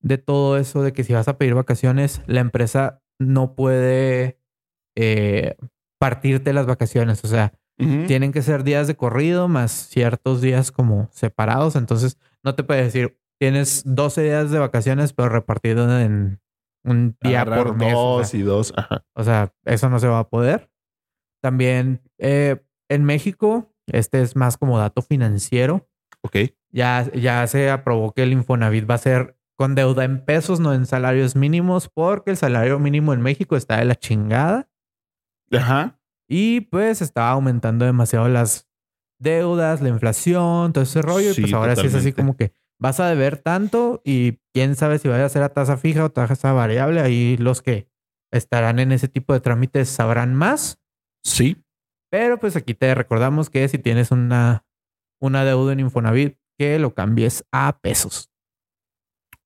Speaker 1: de todo eso, de que si vas a pedir vacaciones, la empresa no puede eh, partirte las vacaciones. O sea,
Speaker 2: Ujú.
Speaker 1: tienen que ser días de corrido más ciertos días como separados. Entonces, no te puedes decir, tienes 12 días de vacaciones, pero repartido en un día
Speaker 2: Agarrar
Speaker 1: por mes. o
Speaker 2: dos
Speaker 1: sea,
Speaker 2: y dos. Ajá.
Speaker 1: o sea, eso no se va a poder. También eh, en México, este es más como dato financiero.
Speaker 2: Ok.
Speaker 1: Ya, ya se aprobó que el Infonavit va a ser con deuda en pesos, no en salarios mínimos, porque el salario mínimo en México está de la chingada.
Speaker 2: Ajá.
Speaker 1: Y pues estaba aumentando demasiado las deudas, la inflación, todo ese rollo.
Speaker 2: Sí,
Speaker 1: y pues ahora sí es así
Speaker 2: totalmente.
Speaker 1: como que vas a deber tanto y quién sabe si vaya a ser a tasa fija o tasa variable. Ahí los que estarán en ese tipo de trámites sabrán más.
Speaker 2: Sí.
Speaker 1: Pero pues aquí te recordamos que si tienes una, una deuda en Infonavit, que lo cambies a pesos.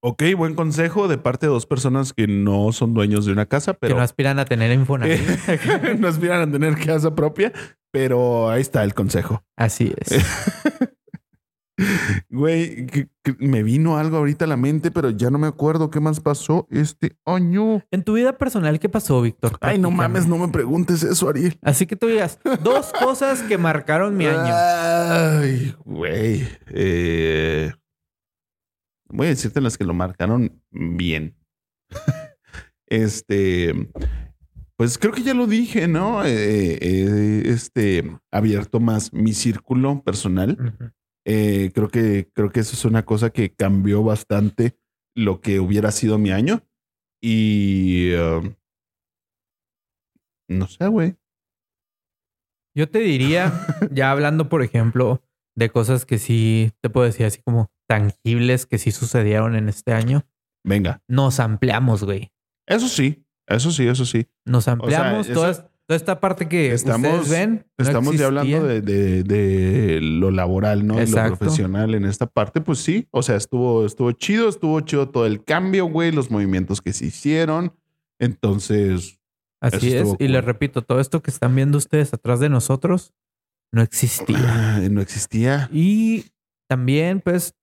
Speaker 2: Ok, buen consejo de parte de dos personas que no son dueños de una casa, pero
Speaker 1: Que no aspiran a tener
Speaker 2: [LAUGHS]
Speaker 1: Infonavit. [LAUGHS]
Speaker 2: Eh, no aspiran a tener casa propia, pero ahí está el consejo.
Speaker 1: Así es.
Speaker 2: Güey, que- que me vino algo ahorita a la mente, pero ya no me acuerdo qué más pasó este año.
Speaker 1: En tu vida personal, ¿qué pasó, Víctor?
Speaker 2: Ay, no
Speaker 1: Platícame.
Speaker 2: mames, no me preguntes eso, Ariel.
Speaker 1: Así que tú digas, dos cosas que marcaron mi año.
Speaker 2: Ay, güey. Eh, voy a decirte las que lo marcaron bien. [LAUGHS] este, pues creo que ya lo dije, ¿no? Eh, eh, este, abierto más mi círculo personal.
Speaker 1: Ujú.
Speaker 2: Eh, creo que creo que eso es una cosa que cambió bastante lo que hubiera sido mi año y eh, no sé, güey.
Speaker 1: Yo te
Speaker 2: [LAUGHS]
Speaker 1: diría, ya hablando, por ejemplo, de cosas que sí te puedo decir así como tangibles que sí sucedieron en este año,
Speaker 2: Venga,
Speaker 1: nos ampliamos, güey.
Speaker 2: eso sí, eso sí, eso sí.
Speaker 1: Nos ampliamos.
Speaker 2: eso-
Speaker 1: toda, toda esta parte que
Speaker 2: Estamos-
Speaker 1: ustedes ven. no
Speaker 2: Estamos ya hablando
Speaker 1: existía.
Speaker 2: de, de- de lo laboral, ¿no? Y
Speaker 1: Exacto.
Speaker 2: lo profesional en esta parte, pues sí. O sea, estuvo, estuvo chido, estuvo chido todo el cambio, güey, los movimientos que se hicieron. Entonces, [SIGHS]
Speaker 1: Así
Speaker 2: eso
Speaker 1: es.
Speaker 2: estuvo
Speaker 1: Y les
Speaker 2: cool.
Speaker 1: repito, todo esto que están viendo ustedes atrás de nosotros no existía.
Speaker 2: no existía.
Speaker 1: Y también, pues,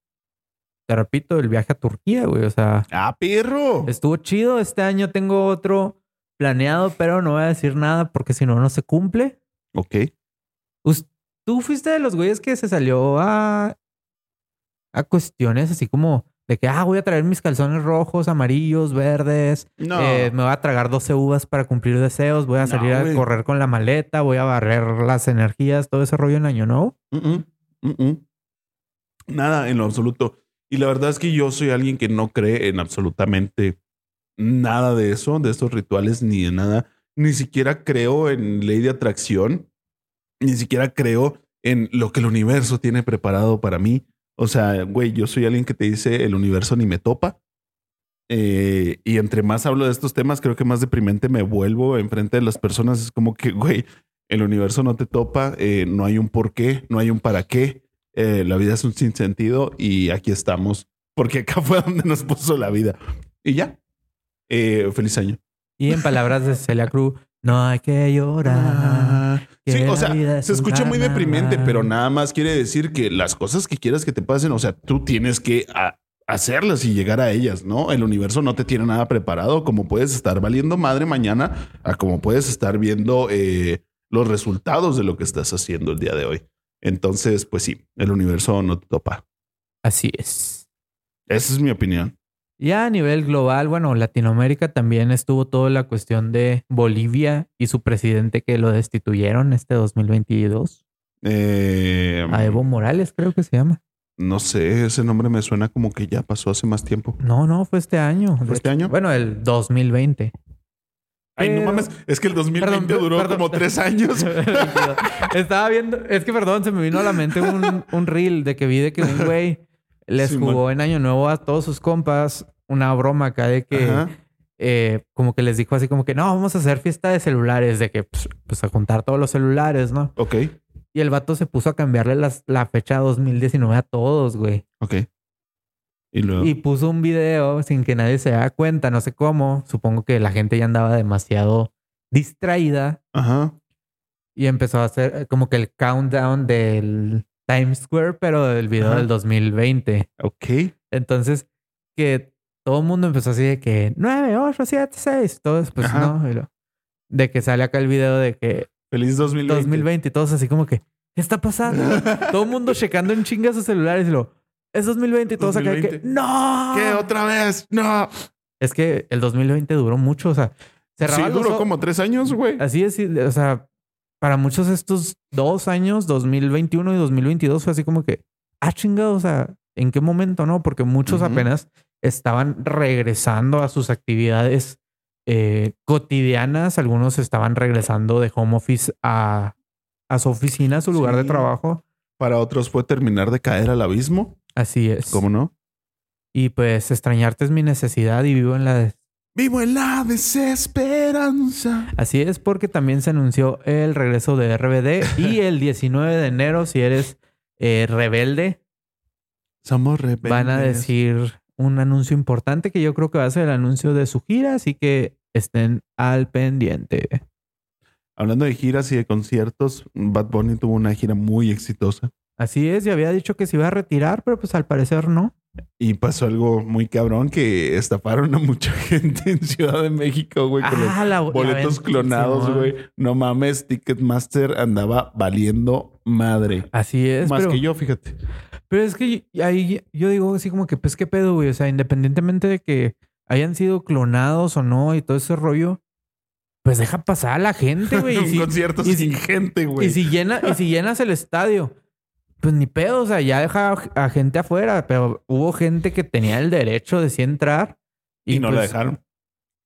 Speaker 1: te repito, el viaje a Turquía, güey. O sea,
Speaker 2: ¡Ah, perro!
Speaker 1: Estuvo chido. Este año tengo otro planeado, pero no voy a decir nada porque si no, no se cumple.
Speaker 2: Ok.
Speaker 1: Us- Tú fuiste de los güeyes que se salió a, a cuestiones así como de que, ah, voy a traer mis calzones rojos, amarillos, verdes.
Speaker 2: No.
Speaker 1: eh, me voy a tragar 12 uvas para cumplir deseos. Voy a
Speaker 2: No,
Speaker 1: salir a
Speaker 2: güey.
Speaker 1: correr con la maleta. Voy a barrer las energías, todo ese rollo en año nuevo.
Speaker 2: Mm-mm, mm-mm. Nada, en lo absoluto. Y la verdad es que yo soy alguien que no cree en absolutamente nada de eso, de estos rituales, ni de nada. Ni siquiera creo en ley de atracción. Ni siquiera creo en lo que el universo tiene preparado para mí. O sea, güey, yo soy alguien que te dice el universo ni me topa. Eh, y entre más hablo de estos temas, creo que más deprimente me vuelvo enfrente de las personas. Es como que, güey, el universo no te topa, eh, no hay un por qué, no hay un para qué. eh, la vida es un sinsentido y aquí estamos, porque acá [LAUGHS] fue donde nos puso la vida. Y ya. Eh, feliz año.
Speaker 1: Y en palabras de Celia Cruz, no hay que llorar. que
Speaker 2: Ah. Sí,
Speaker 1: la
Speaker 2: o
Speaker 1: vida
Speaker 2: sea,
Speaker 1: es
Speaker 2: se
Speaker 1: un
Speaker 2: escucha muy deprimente,
Speaker 1: carnaval.
Speaker 2: pero nada más quiere decir que las cosas que quieras que te pasen, o sea, tú tienes que a- hacerlas y llegar a ellas, ¿no? El universo no te tiene nada preparado, como puedes estar valiendo madre mañana, a como puedes estar viendo eh, los resultados de lo que estás haciendo el día de hoy. Entonces, pues sí, el universo no te topa.
Speaker 1: Así es.
Speaker 2: Esa es mi opinión.
Speaker 1: Ya a nivel global, bueno, Latinoamérica también estuvo toda la cuestión de Bolivia y su presidente que lo destituyeron este 2022,
Speaker 2: Eh,
Speaker 1: a Ah, Evo Morales creo que se llama.
Speaker 2: no sé, ese nombre me suena como que ya pasó hace más tiempo.
Speaker 1: No, no, fue este año.
Speaker 2: ¿Fue este año?
Speaker 1: Bueno, el 2020.
Speaker 2: Ay, no
Speaker 1: Pero-
Speaker 2: mames, es que el 2020
Speaker 1: Perdón,
Speaker 2: duró
Speaker 1: perdón.
Speaker 2: como tres años.
Speaker 1: [LAUGHS] Estaba viendo, es que perdón, se me vino a la mente un, un reel de que vi de que un güey les
Speaker 2: Simón.
Speaker 1: jugó en Año Nuevo a todos sus compas una broma acá de [LAUGHS] que...
Speaker 2: Ajá.
Speaker 1: eh, como que les dijo así como que no, vamos a hacer fiesta de celulares, de que pues, pues, a juntar todos los celulares, ¿no?
Speaker 2: Ok,
Speaker 1: Y el vato se puso a cambiarle las- la fecha 2019 a todos, güey.
Speaker 2: ok. Y luego.
Speaker 1: Y puso un video sin que nadie se daba cuenta, no sé cómo. Supongo que la gente ya andaba demasiado distraída
Speaker 2: Ajá.
Speaker 1: y empezó a hacer eh, como que el countdown del Times Square, pero del video
Speaker 2: Ajá.
Speaker 1: del 2020.
Speaker 2: Ok.
Speaker 1: Entonces, que todo el mundo empezó así de que 9, 8, 7, 6, todos, pues
Speaker 2: Ajá. [LAUGHS]
Speaker 1: no. y lo- de que sale acá el video de que
Speaker 2: Feliz 2020.
Speaker 1: 2020, todos así como que, ¿qué está pasando?
Speaker 2: [LAUGHS]
Speaker 1: Todo el mundo checando en chinga sus celulares y lo, es 2020 y todos acá de que,
Speaker 2: 2020.
Speaker 1: ¡No!
Speaker 2: ¿Qué otra vez? No.
Speaker 1: Es que el 2020 duró mucho, o sea,
Speaker 2: Sí,
Speaker 1: cerraba los Eh.
Speaker 2: duró
Speaker 1: o-
Speaker 2: como tres años, güey.
Speaker 1: Así es, y- o sea, para muchos estos dos años, 2021 y 2022, fue así como que, ah, chingado, o sea, ¿en qué momento no? Porque muchos
Speaker 2: Ujú.
Speaker 1: apenas estaban regresando a sus actividades eh, cotidianas, algunos estaban regresando de home office a, a su oficina, a su lugar de
Speaker 2: Sí.
Speaker 1: trabajo.
Speaker 2: Para otros fue terminar de caer al abismo.
Speaker 1: Así es.
Speaker 2: ¿Cómo no?
Speaker 1: Y pues extrañarte es mi necesidad y vivo en la... des-
Speaker 2: Vivo en la desesperanza.
Speaker 1: Así es porque también se anunció el regreso de RBD y el 19 de enero, si eres eh, rebelde,
Speaker 2: Somos rebeldes.
Speaker 1: van a decir un anuncio importante que yo creo que va a ser el anuncio de su gira, así que estén al pendiente.
Speaker 2: Hablando de giras y de conciertos, Bad Bunny tuvo una gira muy exitosa.
Speaker 1: Así es, ya había dicho que se iba a retirar, pero pues al parecer no.
Speaker 2: Y pasó algo muy cabrón que estafaron a mucha [LAUGHS] gente en Ciudad de México, güey, con los
Speaker 1: Ah, la, la
Speaker 2: boletos
Speaker 1: ven-
Speaker 2: clonados,
Speaker 1: Simón.
Speaker 2: güey. No mames, Ticketmaster andaba valiendo madre.
Speaker 1: Así es,
Speaker 2: Más
Speaker 1: pero,
Speaker 2: que yo, fíjate.
Speaker 1: pero es que y- ahí yo digo así como que, pues qué pedo, güey. O sea, independientemente de que hayan sido clonados o no y todo ese rollo, pues deja pasar a la gente, este,
Speaker 2: [LAUGHS]
Speaker 1: güey. Y
Speaker 2: Un
Speaker 1: si-
Speaker 2: concierto
Speaker 1: y
Speaker 2: sin
Speaker 1: si-
Speaker 2: gente, güey.
Speaker 1: Y si, llena, y si llenas el estadio, pues ni pedo, o sea, ya deja a, a gente afuera, pero hubo gente que tenía el derecho de sí entrar.
Speaker 2: y, no la
Speaker 1: pues,
Speaker 2: dejaron.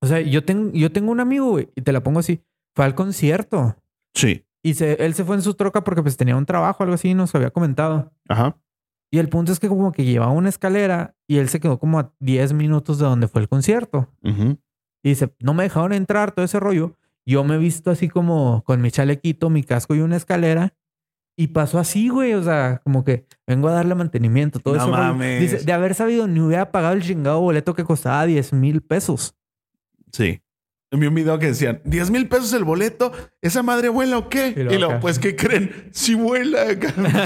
Speaker 1: O sea, yo, tengo yo tengo un amigo, güey, y te la pongo así, fue al concierto
Speaker 2: Sí.
Speaker 1: y se, él se fue en su troca porque pues tenía un trabajo, algo así, nos había comentado.
Speaker 2: Ajá.
Speaker 1: Y el punto es que como que llevaba una escalera y él se quedó como a 10 minutos de donde fue el concierto.
Speaker 2: Ujú.
Speaker 1: Y dice, no me dejaron entrar, todo ese rollo. Yo me he visto así como con mi chalequito, mi casco y una escalera. Y pasó así, güey. O sea, como que vengo a darle mantenimiento, todo
Speaker 2: No
Speaker 1: eso. rollo.
Speaker 2: mames.
Speaker 1: Dice, de haber sabido, ni hubiera pagado el chingado boleto que costaba 10 mil pesos.
Speaker 2: Sí. Vi un video que decían, 10 mil pesos el boleto, ¿esa madre vuela o qué?
Speaker 1: Y luego
Speaker 2: Y luego,
Speaker 1: acá.
Speaker 2: pues, ¿qué creen? Si vuela,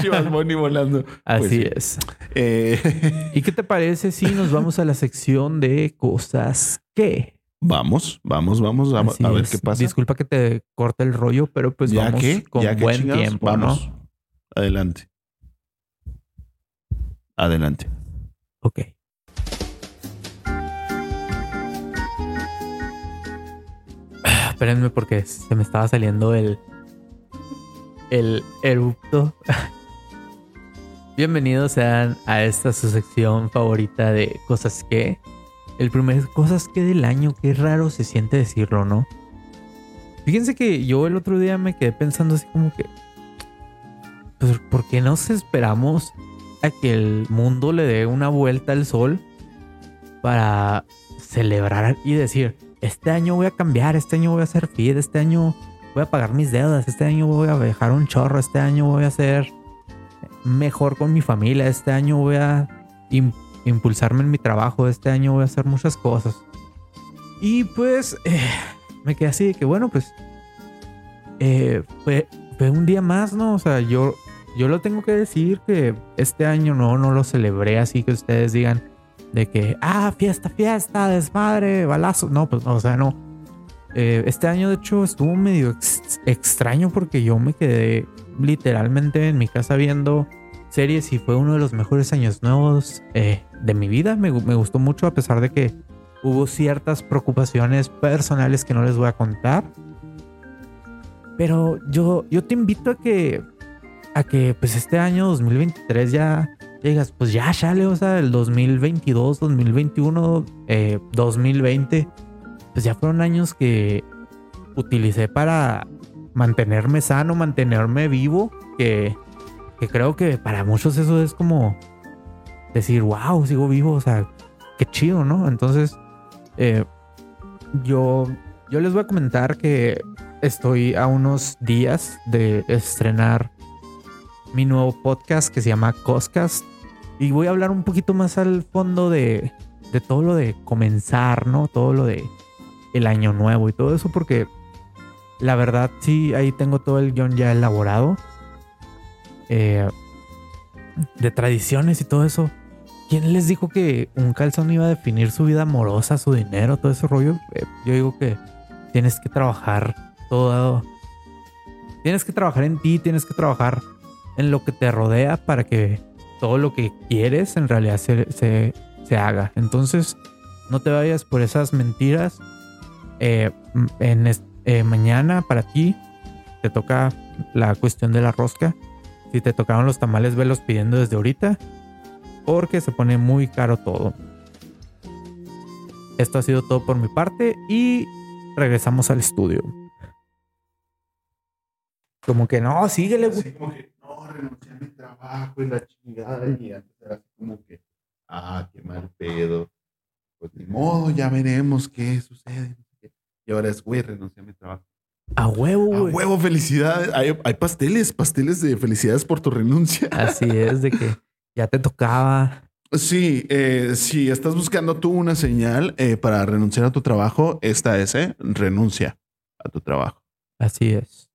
Speaker 2: [LAUGHS] Chivas Boni volando. Pues sí.
Speaker 1: es.
Speaker 2: Eh, [LAUGHS]
Speaker 1: ¿Y qué te parece si nos vamos a la sección de cosas que?
Speaker 2: vamos, vamos, Pues vamos a,
Speaker 1: Así
Speaker 2: a ver
Speaker 1: es.
Speaker 2: qué pasa.
Speaker 1: Disculpa que te corte el rollo, pero pues vamos con
Speaker 2: ¿Ya qué
Speaker 1: buen
Speaker 2: chingados?
Speaker 1: tiempo,
Speaker 2: vamos.
Speaker 1: ¿no?
Speaker 2: Adelante. Adelante.
Speaker 1: Ok. Ah, Espérenme porque se me estaba saliendo el. El erupto. [LAUGHS] Bienvenidos sean a esta su sección favorita de cosas que. El primer cosas que del año, qué raro se siente decirlo, ¿no? Fíjense que yo el otro día me quedé pensando así como que. Pues, ¿por qué nos esperamos a que el mundo le dé una vuelta al sol para celebrar y decir, este año voy a cambiar, este año voy a hacer fit, este año voy a pagar mis deudas, este año voy a dejar un chorro, este año voy a ser mejor con mi familia, este año voy a im- impulsarme en mi trabajo, este año voy a hacer muchas cosas. Y pues eh, me quedé así de que bueno, pues eh, fue, fue un día más, ¿no? O sea, yo yo lo tengo que decir que este año no, no lo celebré así que ustedes digan de que, ah, fiesta, fiesta, desmadre, balazo. No, pues, o sea, no. Eh, este año, de hecho, estuvo medio ex- extraño porque yo me quedé literalmente en mi casa viendo series y fue uno de los mejores años nuevos eh, de mi vida. Me, gu- me gustó mucho a pesar de que hubo ciertas preocupaciones personales que no les voy a contar. Pero yo, yo te invito a que a que pues este año 2023 ya ya digas, pues ya, chale, o sea, el 2022, 2021, eh, 2020, pues ya fueron años que utilicé para mantenerme sano, mantenerme vivo, que, que creo que para muchos eso es como decir, wow, sigo vivo, o sea, qué chido, ¿no? Entonces, eh, yo, yo les voy a comentar que estoy a unos días de estrenar mi nuevo podcast que se llama Coscast. Y voy a hablar un poquito más al fondo de, de todo lo de comenzar, ¿no? Todo lo de el año nuevo y todo eso, porque la verdad sí, ahí tengo todo el guión ya elaborado. Eh, de tradiciones y todo eso. ¿Quién les dijo que un calzón iba a definir su vida amorosa, su dinero, todo ese rollo? Eh, yo digo que tienes que trabajar todo, Tienes que trabajar en ti, tienes que trabajar en lo que te rodea para que todo lo que quieres en realidad se, se- se haga. Entonces, no te vayas por esas mentiras. Eh, m- en es- eh, mañana para ti te toca la cuestión de la rosca. Si te tocaron los tamales, velos pidiendo desde ahorita. Porque se pone muy caro todo. Esto ha sido todo por mi parte y regresamos al estudio. Como que no, síguele, güey.
Speaker 2: Así como que, no, renuncié a mi trabajo y la chingada. Y antes era así como que, ah, qué mal pedo. Pues ni modo, ya veremos qué sucede. Y ahora es, güey, renuncié a mi trabajo.
Speaker 1: A huevo,
Speaker 2: A
Speaker 1: güey.
Speaker 2: huevo, felicidades. Hay, hay pasteles, pasteles de felicidades por tu renuncia. [LAUGHS]
Speaker 1: Así es, de que ya te tocaba.
Speaker 2: Sí, eh, si estás buscando tú una señal eh, para renunciar a tu trabajo, esta es, eh, renuncia a tu trabajo.
Speaker 1: Así es.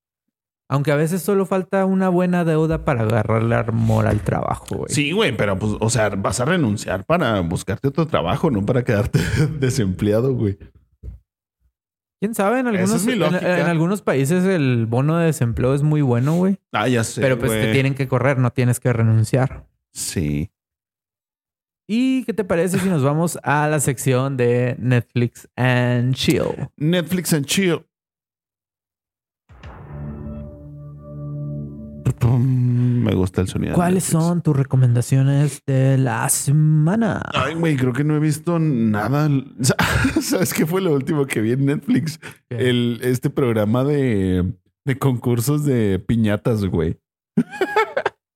Speaker 1: Aunque a veces solo falta una buena deuda para agarrarle amor al trabajo, güey.
Speaker 2: Sí, güey, pero pues, o sea, vas a renunciar para buscarte otro trabajo, no para quedarte [LAUGHS] desempleado, güey.
Speaker 1: ¿Quién sabe? En algunos,
Speaker 2: es mi
Speaker 1: en,
Speaker 2: lógica.
Speaker 1: en algunos países el bono de desempleo es muy bueno, güey.
Speaker 2: Ah, ya sé.
Speaker 1: Pero pues te
Speaker 2: güey.
Speaker 1: tienen que correr, no tienes que renunciar.
Speaker 2: Sí.
Speaker 1: ¿Y qué te parece si nos vamos a la sección de Netflix and Chill?
Speaker 2: Netflix and chill. Me gusta el sonido. de
Speaker 1: ¿Cuáles
Speaker 2: Netflix.
Speaker 1: son tus recomendaciones de la semana?
Speaker 2: Ay, güey, creo que no he visto nada. [LAUGHS] ¿Sabes qué fue lo último que vi en Netflix?
Speaker 1: ¿Qué?
Speaker 2: El, este programa de, de concursos de piñatas, güey.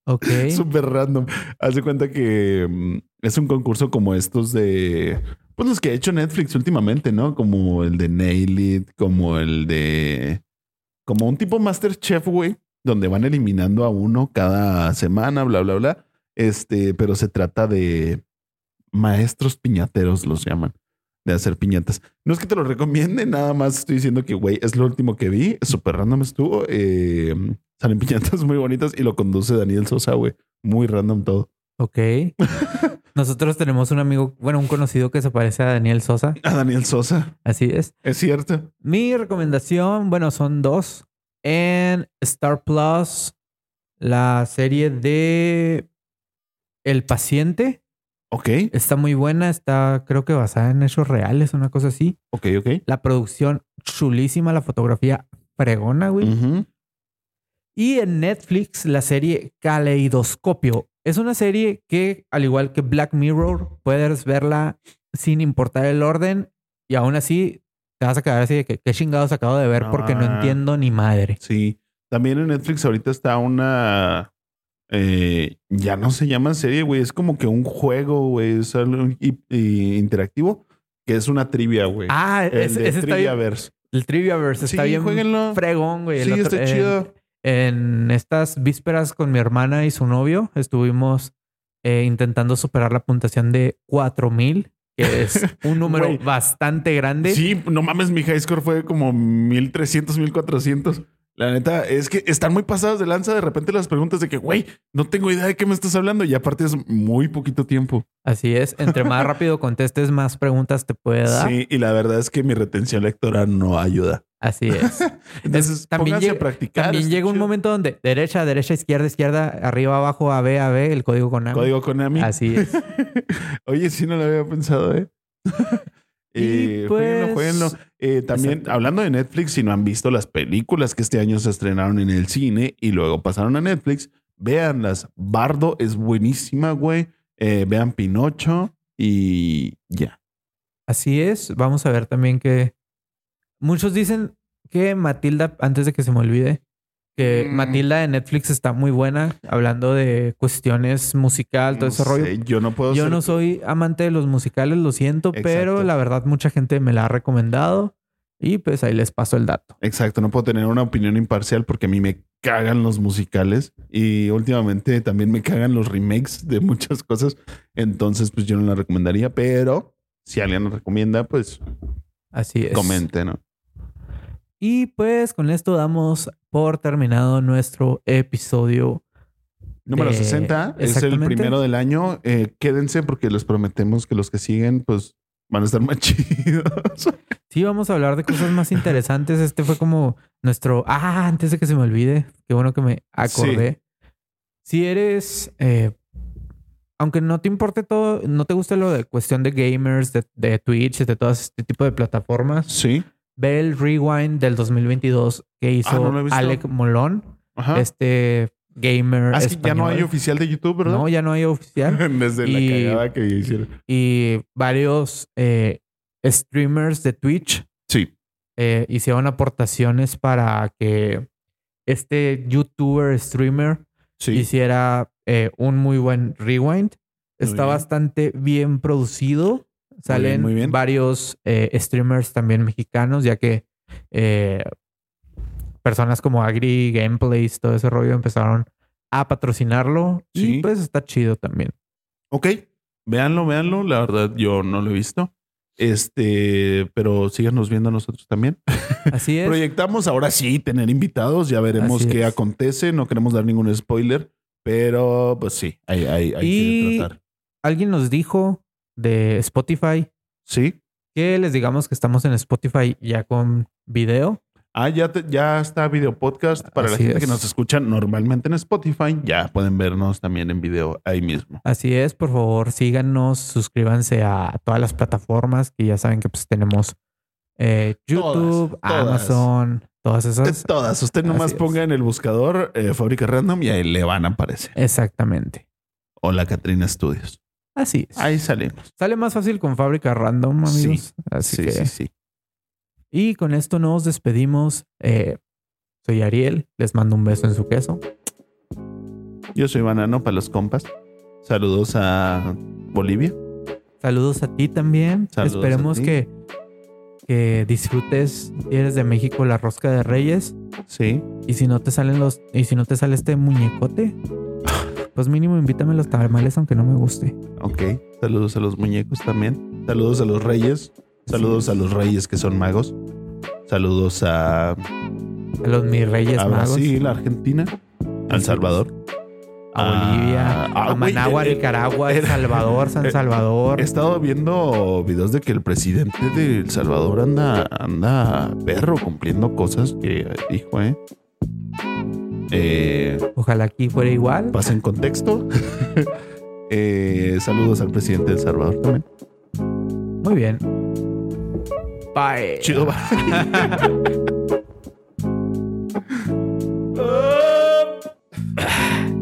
Speaker 1: Ok.
Speaker 2: Súper random. Haz de cuenta que mm, es un concurso como estos de. Pues los que ha hecho Netflix últimamente, ¿no? Como el de Nail It, como el de. Como un tipo Masterchef, güey, donde van eliminando a uno cada semana, bla, bla, bla. Este, pero se trata de maestros piñateros, los llaman, de hacer piñatas. No es que te lo recomiende, nada más estoy diciendo que, güey, es lo último que vi, súper random estuvo. eh, salen piñatas [LAUGHS] muy bonitas y lo conduce Daniel Sosa, güey. Muy random todo.
Speaker 1: Ok. Nosotros tenemos un amigo, bueno, un conocido que se parece a Daniel Sosa.
Speaker 2: A Daniel Sosa,
Speaker 1: Así es.
Speaker 2: es cierto.
Speaker 1: Mi recomendación, bueno, son dos. En Star Plus, la serie de El paciente
Speaker 2: Ok,
Speaker 1: está muy buena. Está, creo que basada en hechos reales, una cosa así.
Speaker 2: ok, ok.
Speaker 1: La producción chulísima, la fotografía fregona, güey.
Speaker 2: Ujú.
Speaker 1: Y en Netflix, la serie Caleidoscopio. Es una serie que, al igual que Black Mirror, puedes verla sin importar el orden y aún así te vas a quedar así de que qué chingados acabo de ver porque no
Speaker 2: Ah.
Speaker 1: entiendo ni madre.
Speaker 2: Sí. También en Netflix ahorita está una. eh, ya no se llama serie, güey. Es como que un juego, güey. Es algo i- i- interactivo que es una trivia, güey.
Speaker 1: Ah,
Speaker 2: El
Speaker 1: ese,
Speaker 2: de
Speaker 1: ese está bien.
Speaker 2: Triviaverse.
Speaker 1: El Triviaverse está
Speaker 2: Sí,
Speaker 1: bien
Speaker 2: jueguenlo.
Speaker 1: fregón, güey. El
Speaker 2: Sí,
Speaker 1: otro-
Speaker 2: está
Speaker 1: en-
Speaker 2: chido.
Speaker 1: En estas vísperas con mi hermana y su novio estuvimos eh, intentando superar la puntuación de 4000, que es
Speaker 2: [LAUGHS]
Speaker 1: un número
Speaker 2: Güey.
Speaker 1: bastante grande.
Speaker 2: Sí, no mames, mi high score fue como 1300, 1400. La neta es que están muy pasadas de lanza de repente las preguntas de que, güey, no tengo idea de qué me estás hablando y aparte es muy poquito tiempo.
Speaker 1: Así es, entre más rápido contestes, más preguntas te puede dar.
Speaker 2: Sí, y la verdad es que mi retención lectoral no ayuda.
Speaker 1: Así
Speaker 2: [LAUGHS]
Speaker 1: es.
Speaker 2: Entonces,
Speaker 1: Es- también
Speaker 2: pónganse
Speaker 1: llega-
Speaker 2: a practicar. este
Speaker 1: También
Speaker 2: está
Speaker 1: llega un
Speaker 2: chido.
Speaker 1: momento donde derecha, derecha, izquierda, izquierda, arriba, abajo, A, B, A, B, el código con
Speaker 2: Código Konami.
Speaker 1: Así es.
Speaker 2: [LAUGHS] Oye, sí, no lo había pensado, ¿eh?
Speaker 1: [LAUGHS] Y
Speaker 2: Eh,
Speaker 1: pues-
Speaker 2: jueguenlo, jueguenlo. Eh, también,
Speaker 1: Exacto.
Speaker 2: hablando de Netflix, si no han visto las películas que este año se estrenaron en el cine y luego pasaron a Netflix, véanlas. Bardo es buenísima, güey. Eh, vean Pinocho y ya.
Speaker 1: Así es. Vamos a ver también que muchos dicen que Matilda, antes de que se me olvide, que
Speaker 2: Mm.
Speaker 1: Matilda de Netflix está muy buena, hablando de cuestiones musical, todo
Speaker 2: No
Speaker 1: ese rollo.
Speaker 2: sé, Yo no puedo
Speaker 1: Yo
Speaker 2: ser-
Speaker 1: no soy amante de los musicales, lo siento, pero
Speaker 2: Exacto.
Speaker 1: la verdad mucha gente me la ha recomendado y pues ahí les paso el dato.
Speaker 2: Exacto, no puedo tener una opinión imparcial porque a mí me cagan los musicales y últimamente también me cagan los remakes de muchas cosas. Entonces, pues yo no la recomendaría, pero si alguien la recomienda, pues
Speaker 1: Así es.
Speaker 2: comente, ¿no?
Speaker 1: Y pues con esto damos por terminado nuestro episodio.
Speaker 2: Número
Speaker 1: Eh,
Speaker 2: 60 es el
Speaker 1: exactamente.
Speaker 2: primero del año. Eh, quédense porque les prometemos que los que siguen, pues van a estar más [LAUGHS] chidos.
Speaker 1: Sí, vamos a hablar de cosas
Speaker 2: [LAUGHS]
Speaker 1: más interesantes. Este fue como nuestro. Ah, antes de que se me olvide, qué bueno que me acordé. Si eres. eh, aunque no te importe todo, no te guste lo de cuestión de gamers, de, de Twitch, de todo este tipo de plataformas,
Speaker 2: Sí.
Speaker 1: ve el rewind del 2022 que hizo
Speaker 2: Ah, no lo he visto.
Speaker 1: Alec Molón,
Speaker 2: Ajá.
Speaker 1: este gamer.
Speaker 2: Ah, es que ya no hay
Speaker 1: español.
Speaker 2: oficial de YouTube, ¿verdad?
Speaker 1: No, ya no hay oficial.
Speaker 2: [LAUGHS] Desde
Speaker 1: Y-
Speaker 2: la cagada que hicieron.
Speaker 1: y varios eh, streamers de Twitch
Speaker 2: Sí.
Speaker 1: eh, hicieron aportaciones para que este youtuber streamer
Speaker 2: Sí.
Speaker 1: hiciera eh, un muy buen rewind. Está
Speaker 2: bien.
Speaker 1: bastante bien producido. Salen
Speaker 2: muy bien.
Speaker 1: varios eh, streamers también mexicanos, ya que eh, personas como Agri, Gameplays, todo ese rollo empezaron a patrocinarlo.
Speaker 2: Sí.
Speaker 1: Y pues está chido también.
Speaker 2: Ok. Véanlo, véanlo. La verdad, yo no lo he visto. Este, pero síganos viendo a nosotros también. [LAUGHS]
Speaker 1: Así es.
Speaker 2: Proyectamos ahora sí tener invitados. Ya veremos
Speaker 1: Así
Speaker 2: qué
Speaker 1: es.
Speaker 2: acontece. No queremos dar ningún spoiler, pero pues sí, hay, hay, hay
Speaker 1: Y-
Speaker 2: que tratar.
Speaker 1: alguien nos dijo de Spotify
Speaker 2: Sí.
Speaker 1: que les digamos que estamos en Spotify ya con video.
Speaker 2: Ah, ya, te- ya está video podcast. Para la
Speaker 1: Así
Speaker 2: gente que
Speaker 1: es.
Speaker 2: nos escucha normalmente en Spotify, ya pueden vernos también en video ahí mismo.
Speaker 1: Así es, por favor, síganos, suscríbanse a todas las plataformas que ya saben que pues tenemos eh, YouTube,
Speaker 2: Todas, todas.
Speaker 1: Amazon, todas
Speaker 2: De
Speaker 1: esas.
Speaker 2: todas. Usted nomás
Speaker 1: Así es.
Speaker 2: ponga en el buscador eh, Fábrica Random y ahí le van a aparecer.
Speaker 1: Exactamente.
Speaker 2: O la Catrina Studios.
Speaker 1: Así es.
Speaker 2: Ahí salimos.
Speaker 1: Sale más fácil con fábrica random,
Speaker 2: Sí.
Speaker 1: amigos. Así
Speaker 2: Sí,
Speaker 1: que.
Speaker 2: sí, sí.
Speaker 1: Y con esto nos despedimos. Eh, soy Ariel, les mando un beso en su queso.
Speaker 2: Yo soy Banano para los compas. Saludos a Bolivia.
Speaker 1: Saludos a ti también.
Speaker 2: Saludos
Speaker 1: Esperemos
Speaker 2: a ti.
Speaker 1: Que, que disfrutes, si eres de México, la rosca de Reyes.
Speaker 2: Sí.
Speaker 1: Y si no te salen los, y si no te sale este muñecote, pues mínimo invítame los tamales, aunque no me guste.
Speaker 2: Ok. Saludos a los muñecos también. Saludos a los reyes. Saludos a los reyes que son magos. Saludos a, a
Speaker 1: A los mis reyes magos.
Speaker 2: Brasil, a Argentina, a El Salvador.
Speaker 1: A Bolivia,
Speaker 2: Ah, ah,
Speaker 1: a
Speaker 2: güey, eh,
Speaker 1: Managua,
Speaker 2: el- el-
Speaker 1: Nicaragua,
Speaker 2: el-
Speaker 1: El Salvador,
Speaker 2: el-
Speaker 1: San Salvador.
Speaker 2: He estado viendo videos de que el presidente de El Salvador anda, anda perro cumpliendo cosas que dijo, ¿eh? Eh,
Speaker 1: Ojalá aquí fuera igual.
Speaker 2: pasa en contexto. [LAUGHS] Eh, saludos al presidente de El Salvador también.
Speaker 1: Muy bien. Bye.
Speaker 2: Chido, va.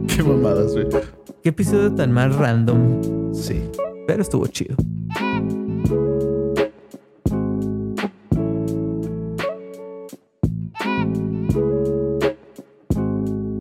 Speaker 2: Qué mamadas, güey.
Speaker 1: Qué episodio tan más random,
Speaker 2: Sí.
Speaker 1: pero estuvo chido.